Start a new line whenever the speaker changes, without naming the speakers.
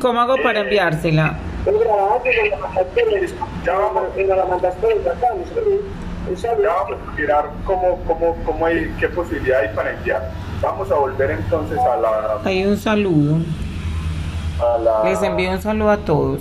¿Cómo hago para enviársela?
Tú grabaste, la mandaste,
Ya vamos.
la- la mandaste y acá, no sé, y sale.
Ya vamos a mirar cómo, cómo, cómo hay, qué posibilidad hay para enviar. Vamos a volver entonces a la...
Hay un saludo.
A la
Les envío un saludo a todos.